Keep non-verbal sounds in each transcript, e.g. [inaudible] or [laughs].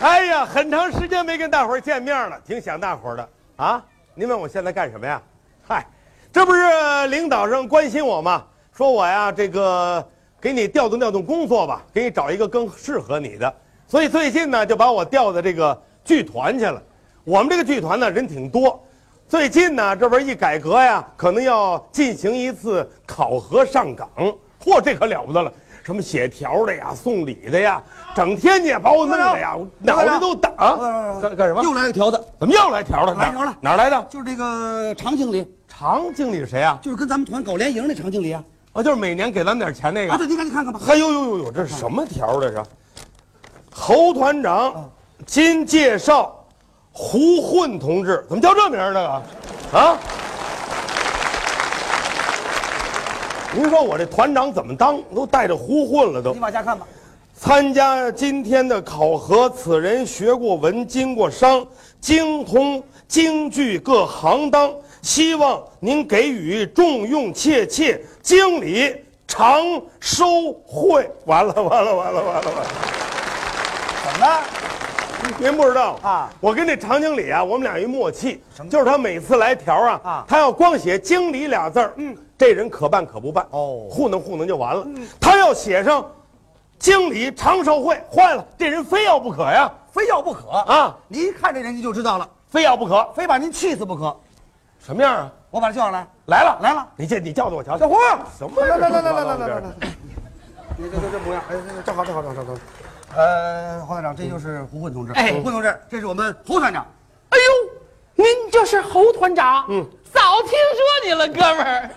哎呀，很长时间没跟大伙儿见面了，挺想大伙儿的啊！您问我现在干什么呀？嗨，这不是领导上关心我吗？说我呀，这个给你调动调动工作吧，给你找一个更适合你的。所以最近呢，就把我调到这个剧团去了。我们这个剧团呢，人挺多。最近呢，这不是一改革呀，可能要进行一次考核上岗。嚯，这可了不得了！什么写条的呀，送礼的呀，整天你也把我弄的呀，我脑袋都打。啊干干什么？又来个条子，怎么又来条了？来条了哪儿来的？就是这个常经理，常经理是谁啊？就是跟咱们团搞联营那常经理啊。啊，就是每年给咱们点钱那个啊，。对，啊您赶紧看看吧。哎呦呦呦呦，这是什么条儿这是？侯团啊长，今介绍胡混同志，怎么叫这名儿呢？啊？您说我这团长怎么当？都带着胡混了都你。往下看吧。参加今天的考核，此人学过文，经过商，精通京剧各行当，希望您给予重用，切切经理常收贿。完了完了完了完了完了！怎么了？您不知道啊我跟这常经理啊，我们俩有一默契什，么就是他每次来条啊，啊他要光写“经理”俩字儿，嗯，这人可办可不办，哦糊弄糊弄就完了。他要写上“经理常受贿”，坏了，这人非要不可呀，非要不可啊！您一看这人您就知道了，非要不可，非把您气死不可。什么样啊？我把他叫上来，来了来了，你这你叫的我瞧瞧小，胡，什么来呀来来这来乱来七八糟来来的来来，你这这这模样，哎，这这正好正好正好正好。呃，侯团长，这就是胡混同志。哎胡混同志，这是我们侯团长。哎呦，您就是侯团长，嗯，早听说你了，哥们儿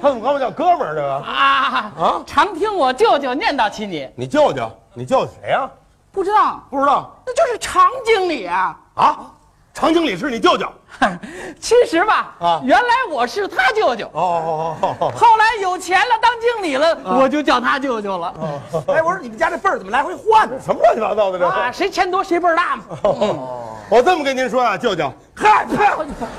他怎么管我叫哥们儿这个？啊啊啊！常听我舅舅念叨起你，你舅舅，你舅舅谁呀？不知道不知道那就是常经理啊。啊？常经理是你舅舅？其实吧，啊原来我是他舅舅，哦哦哦哦后来有钱了当经理了，我就叫他舅舅了。哎，我说你们家这辈儿怎么来回换呢？什么乱七八糟的这？啊，谁钱多谁辈儿大嘛。 [laughs] 我这么跟您说啊，舅舅，嗨，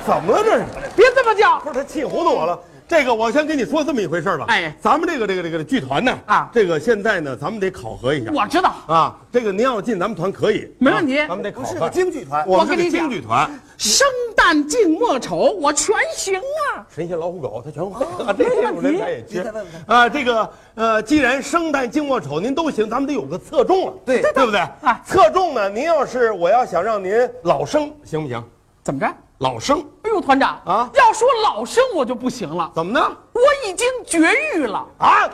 怎么了这是？别这么叫不是他气糊弄我了。这个我先跟你说这么一回事儿吧。嗯哎咱们这个这个这个剧团呢，啊这个现在呢，咱们得考核一下。我知道，啊，这个您要进咱们团可以，没问题啊咱们得考不是核个。京剧团，我我们是跟个你京讲哦剧团，生旦净末丑我全行啊。神仙老虎狗，他全会啊，哦 [laughs] 这种人咱也缺你再问问啊。这个呃，既然生旦净末丑您都行，咱们得有个侧重啊，对对不对？啊侧重呢，您要是我要想让您老生行不行？怎么着？老生哎呦，团长啊要说老生我就不行了，怎么呢？我已经绝育了，啊，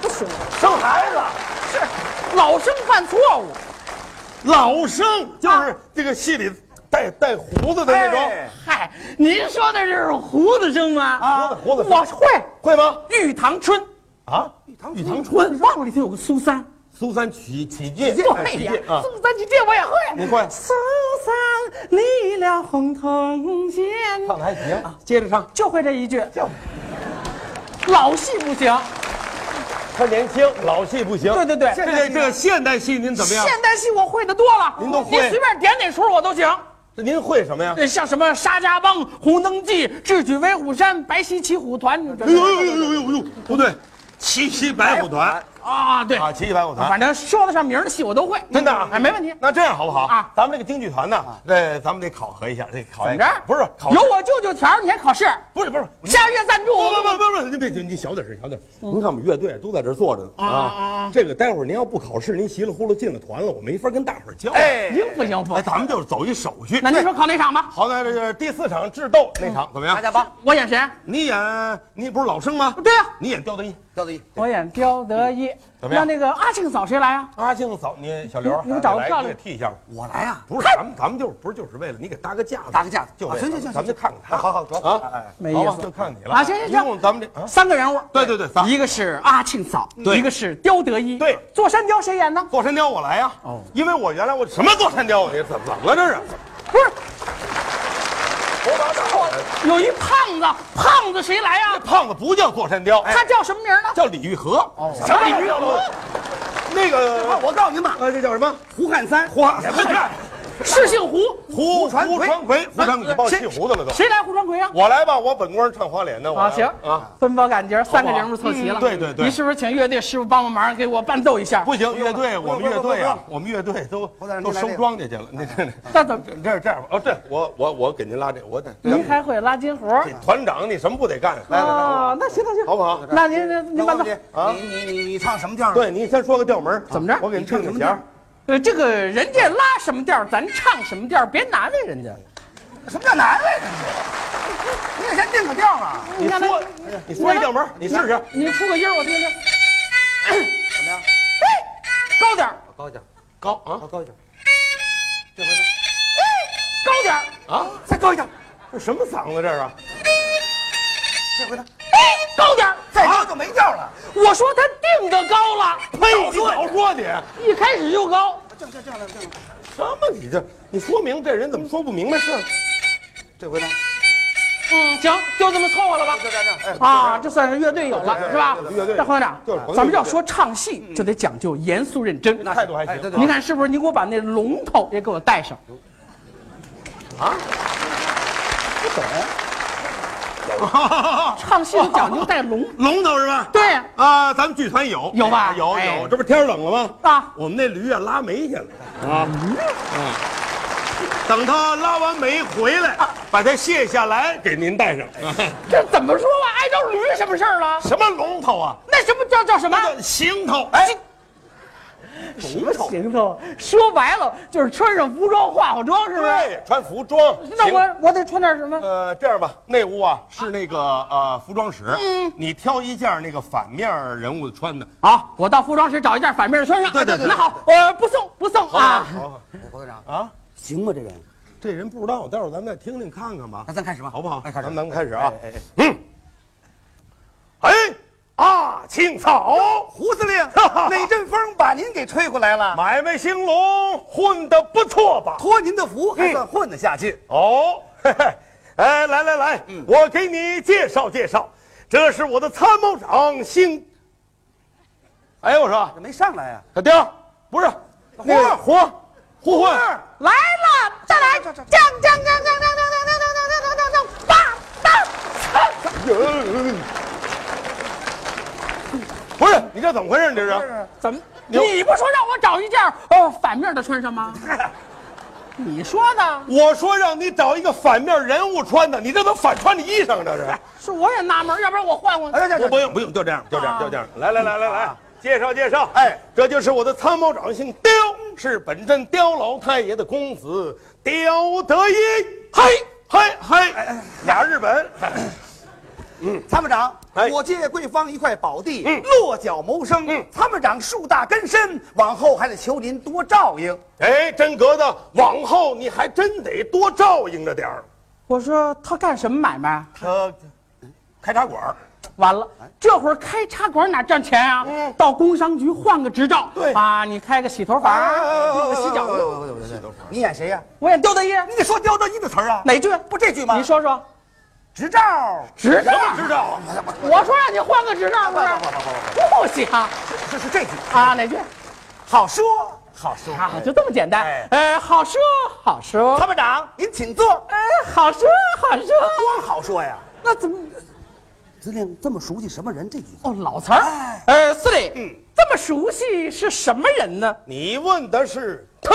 不行了。生孩子了。是老生犯错误，老生就是啊这个戏里带带胡子的那种，嗨，您说的这是胡子生吗？啊胡子胡子我会会吗？ 《玉堂春》，啊，玉堂春、春忘了里头有个苏三，苏三起起劲，对起呀劲，啊，苏三起这我也会。你会苏三离了红铜线，唱的还行，接着唱。就会这一句。老戏不行，他年轻，老戏不行。对对对这个这个现代戏您怎么样？现代戏我会的多了，您都会您随便点哪出我都行。这您会什么呀？呃像什么《沙家浜》《红灯记》《智取威虎山》《白西骑虎团》哎呦呦呦呦呦呦，不对，七夕白虎团啊，对啊，七夕白虎团反，正说得上名儿的戏我都会，真的啊哎，没问题。那这样好不好啊咱们这个京剧团呢，呃，咱们得考核一下，得考核怎么一着下？哎不是考有核，我舅舅条儿，你还考试？不是不是。下月赞助不我不不不不，您别你你小点声，小点声。您看我们乐队都在这儿坐着呢啊，这个待会儿您要不考试，您稀里糊涂进了团了，我没法跟大伙儿交代。哎行不行不哎，？咱们就是走一手续。那您说考哪场吧？好歹这是第四场智斗那场怎么样大？家帮我演谁？你演你不是老生吗？对呀，你演刁德一。调子一。我演刁德一。啊怎么样那那个阿庆嫂谁来啊？阿庆嫂，你小刘，你你找个来漂亮你给替一下吧。我来啊，不是，咱们咱们就是不是就是为了你给搭个架子，搭个架子就啊为了行行行咱们就看看他，好好主要啊，哎没好吧意思就看你了啊，行行一行共，咱们这啊，三个人物。对对对，仨一个是阿庆嫂，对一个是刁德一，对坐山雕谁演呢？座山雕我来呀，哦，因为我原来我什么座山雕，你怎么怎么了这是？不是，胡八道，有一胖子，胖子谁来啊？胖子不叫座山雕，他叫什么名儿呢？叫李玉和，哎哦，什么名儿？那个我告诉您吧，呃，这叫什么？胡汉三，花，胡汉是姓胡，胡胡传胡奎传奎，啊胡传奎，你把我气谁糊涂了都。谁来胡传奎啊？我来吧，我本官唱花脸呢，我啊，来行啊，，分包干节儿，三个节目凑齐了。嗯对对对你是不是请乐队师傅帮帮忙，给我伴奏一下？不行，乐队我们乐队啊，我们乐队都胡大人都您来收这个庄稼去了，那这那怎么？ [laughs] 这这这样吧，哦，对我我我给您拉这，我得您还会拉筋活儿团长你什么不得干？嗯来来来，啊？那行那行，好不好？那您您您伴奏。啊你你你你唱什么调啊儿？对你先说个调门儿怎么着我给您定个你唱什么弦调儿儿。呃，这个人家拉什么调儿，咱唱什么调儿，别难为人家。什么叫难为人家？你得先定个调儿啊！你看说他，你说一调门儿，你试试。你出个音儿我听听。怎么样？哎，高点儿，高一点，高啊高一点，哎高点儿，哎啊！再高一点，这什么嗓子这是啊？这回呢？哎，高点儿。再高就没调儿了。我说他定的高了，呸！你早说你一开始就高。这这这样了，这样了，什么？你这你说明这人怎么说不明白事儿？这回呢？嗯，行，就这么凑合了吧。就这样，哎，啊，这算是乐队有了，是吧对对对对？那黄队长就是朋，友咱们要说唱戏，就得讲究严肃认真。态度还哎对行对您看是不是？你给我把那龙头也给我戴上。啊？不懂。唱戏就讲究戴龙， [laughs] 龙头是吧？对啊，咱们剧团有有吧有哎有，这不天儿冷了吗？啊，我们那驴啊拉煤去了啊，嗯，等他拉完煤回来，把它卸下来给您带上。这怎么说话？挨着驴什么事儿了？什么龙头啊？那什么叫叫什么？那叫行头。哎，什么行头？说白了就是穿上服装化化妆，是不是？对，穿服装。那行我我得穿点什么？呃，这样吧，那屋啊是那个呃服装室，嗯，你挑一件那个反面人物穿的，好，我到服装室找一件反面穿上。对对对那好，我不送不送啊。好胡队长，啊，行吗？这人，这人不知道，待会儿咱们再听听看看吧那，咱开始吧，好不好？哎，开始咱。们咱们开始啊，哎哎嗯，哎，啊，青草。胡司 [laughs] 令，哪阵风把您给吹回来了？买卖兴隆，混得不错吧？托您的福，还算混得下去。哦，嘿嘿，哎，来来来，嗯我给你介绍介绍，这是我的参谋长姓。哎，我说怎么没上来呀？小丁，不是那个胡胡混，来了，再来，降降降降降降降降降降降降，八当，不是你这怎么回事？啊你这不是是怎么？你不说让我找一件哦反面的穿上吗？你说呢？我说让你找一个反面人物穿的，你这都反穿你衣裳，这是。是我也纳闷，要不然我换换。哎，这不这不用不用，就这样就这样啊就这样。来来来来来啊，介绍介绍。哎，这就是我的参谋长，姓刁，是本镇刁老太爷的公子刁德一。嘿嘿嘿，俩日本。参谋长哎，我借贵方一块宝地嗯，落脚谋生嗯。参谋长树大根深，往后还得求您多照应。哎，真格的，往后你还真得多照应着点儿。我说他干什么买卖？他开茶馆儿完了，这会儿开茶馆哪赚钱啊？到工商局换个执照。对啊，你开个洗头房，啊弄个洗脚屋。你演谁呀？我演刁德一，你得说刁德一的词儿啊，哪句？不这句吗？你说说。执照，哎执照什，么知道啊？我说让你换个执照，不是？不行这是这句，啊，哪句？好说好说。啊，就这么简单哎。呃，好说好说参。谋长，您请坐。哎，好说好说。光好说呀，那怎么？司令这么熟悉什么人？这句哦，老词儿哎。嗯呃，司令，这么熟悉是什么人呢？你问的是他。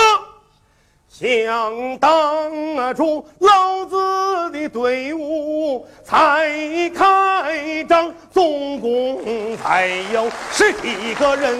想当初，老子的队伍才开张，总共才有十几个人，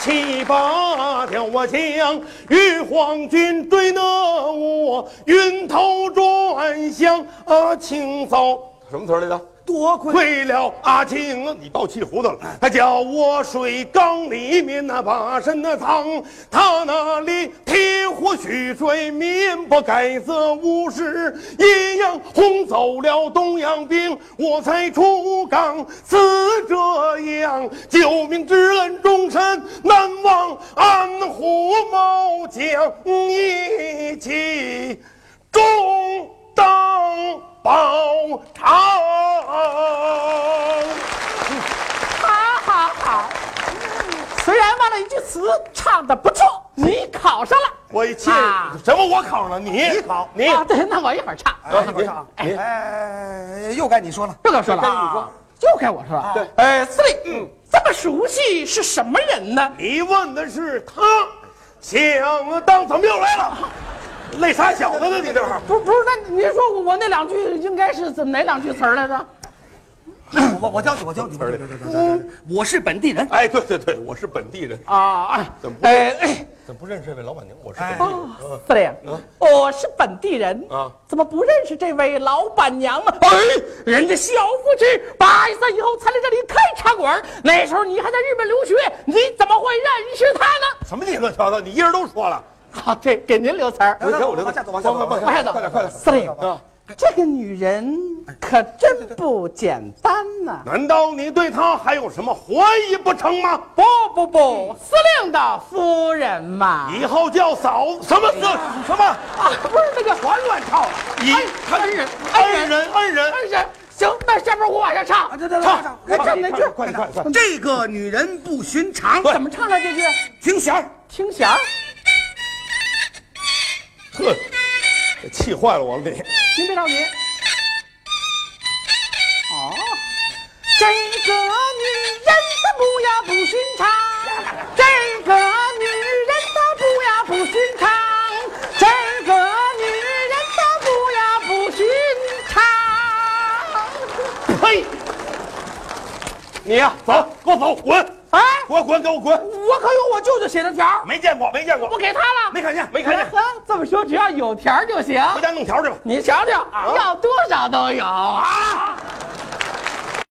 七八条我将玉皇军追得我晕头转向啊，清早什么词儿来着？多亏为了阿庆，你把我气糊涂了。他叫我水缸里面那把身那藏，他那里铁壶许水面不改色，无事一样轰走了东洋兵，我才出港。似这样，救命之恩终身难忘，安虎猫将一起终当。包场。哈哈哈！虽然忘了一句词，唱的不错，你考上了。我一气啊什么？我考上了，你你考你啊，对，那我一会儿唱，哎，你上啊！哎，又该你说了。又该我说了，该你说啊，又该我说了。对，呃，司令，嗯，这么熟悉是什么人呢？嗯你问的是他，想当怎么又来了？累傻小子呢？你这会儿不是不是，那您说我我那两句应该是怎哪两句词儿来着？我我教你，我教你。我是本地人。哎，对对对，我是本地人，啊，哎怎么不哎哎，怎么不认识这位老板娘？我是哎本地人。哦司令，我是本地人啊，怎么不认识这位老板娘呢？哎，人家小夫妻八十岁以后才来这里开茶馆，那时候你还在日本留学，你怎么会认识他呢？什么你乱七八糟？你一人都说了。好，对，给您留词儿。哎我留我留往下走，往下走，往下走，快点，快点。司令，这个女人可真不简单呐、难道你对他还有什么怀疑不成吗？不不不，司令的夫人嘛。以后叫嫂什么什什么啊，不是那个还乱套了。以哎，恩人，恩恩人，啊人恩人，恩人。哎行，那下边我往下唱，对对对唱唱，来唱哪句？哎哎快点快点快点！这个女人不寻常，怎么唱来这句？停弦儿。听弦儿，呵，气坏了我了你。您别着急。哦，这个女人她不呀不寻常，这个女人她不呀不寻常，这个女人她不呀不寻常。呸！你呀、走，给我走，滚！哎，给我滚，给我滚！我可有我舅舅写的条儿，没见过，没见过我，给他了。没看见， [laughs] 没看见。呵，哎这么说只要有条儿就行。回家弄条去吧。你瞧瞧，要多少都有啊！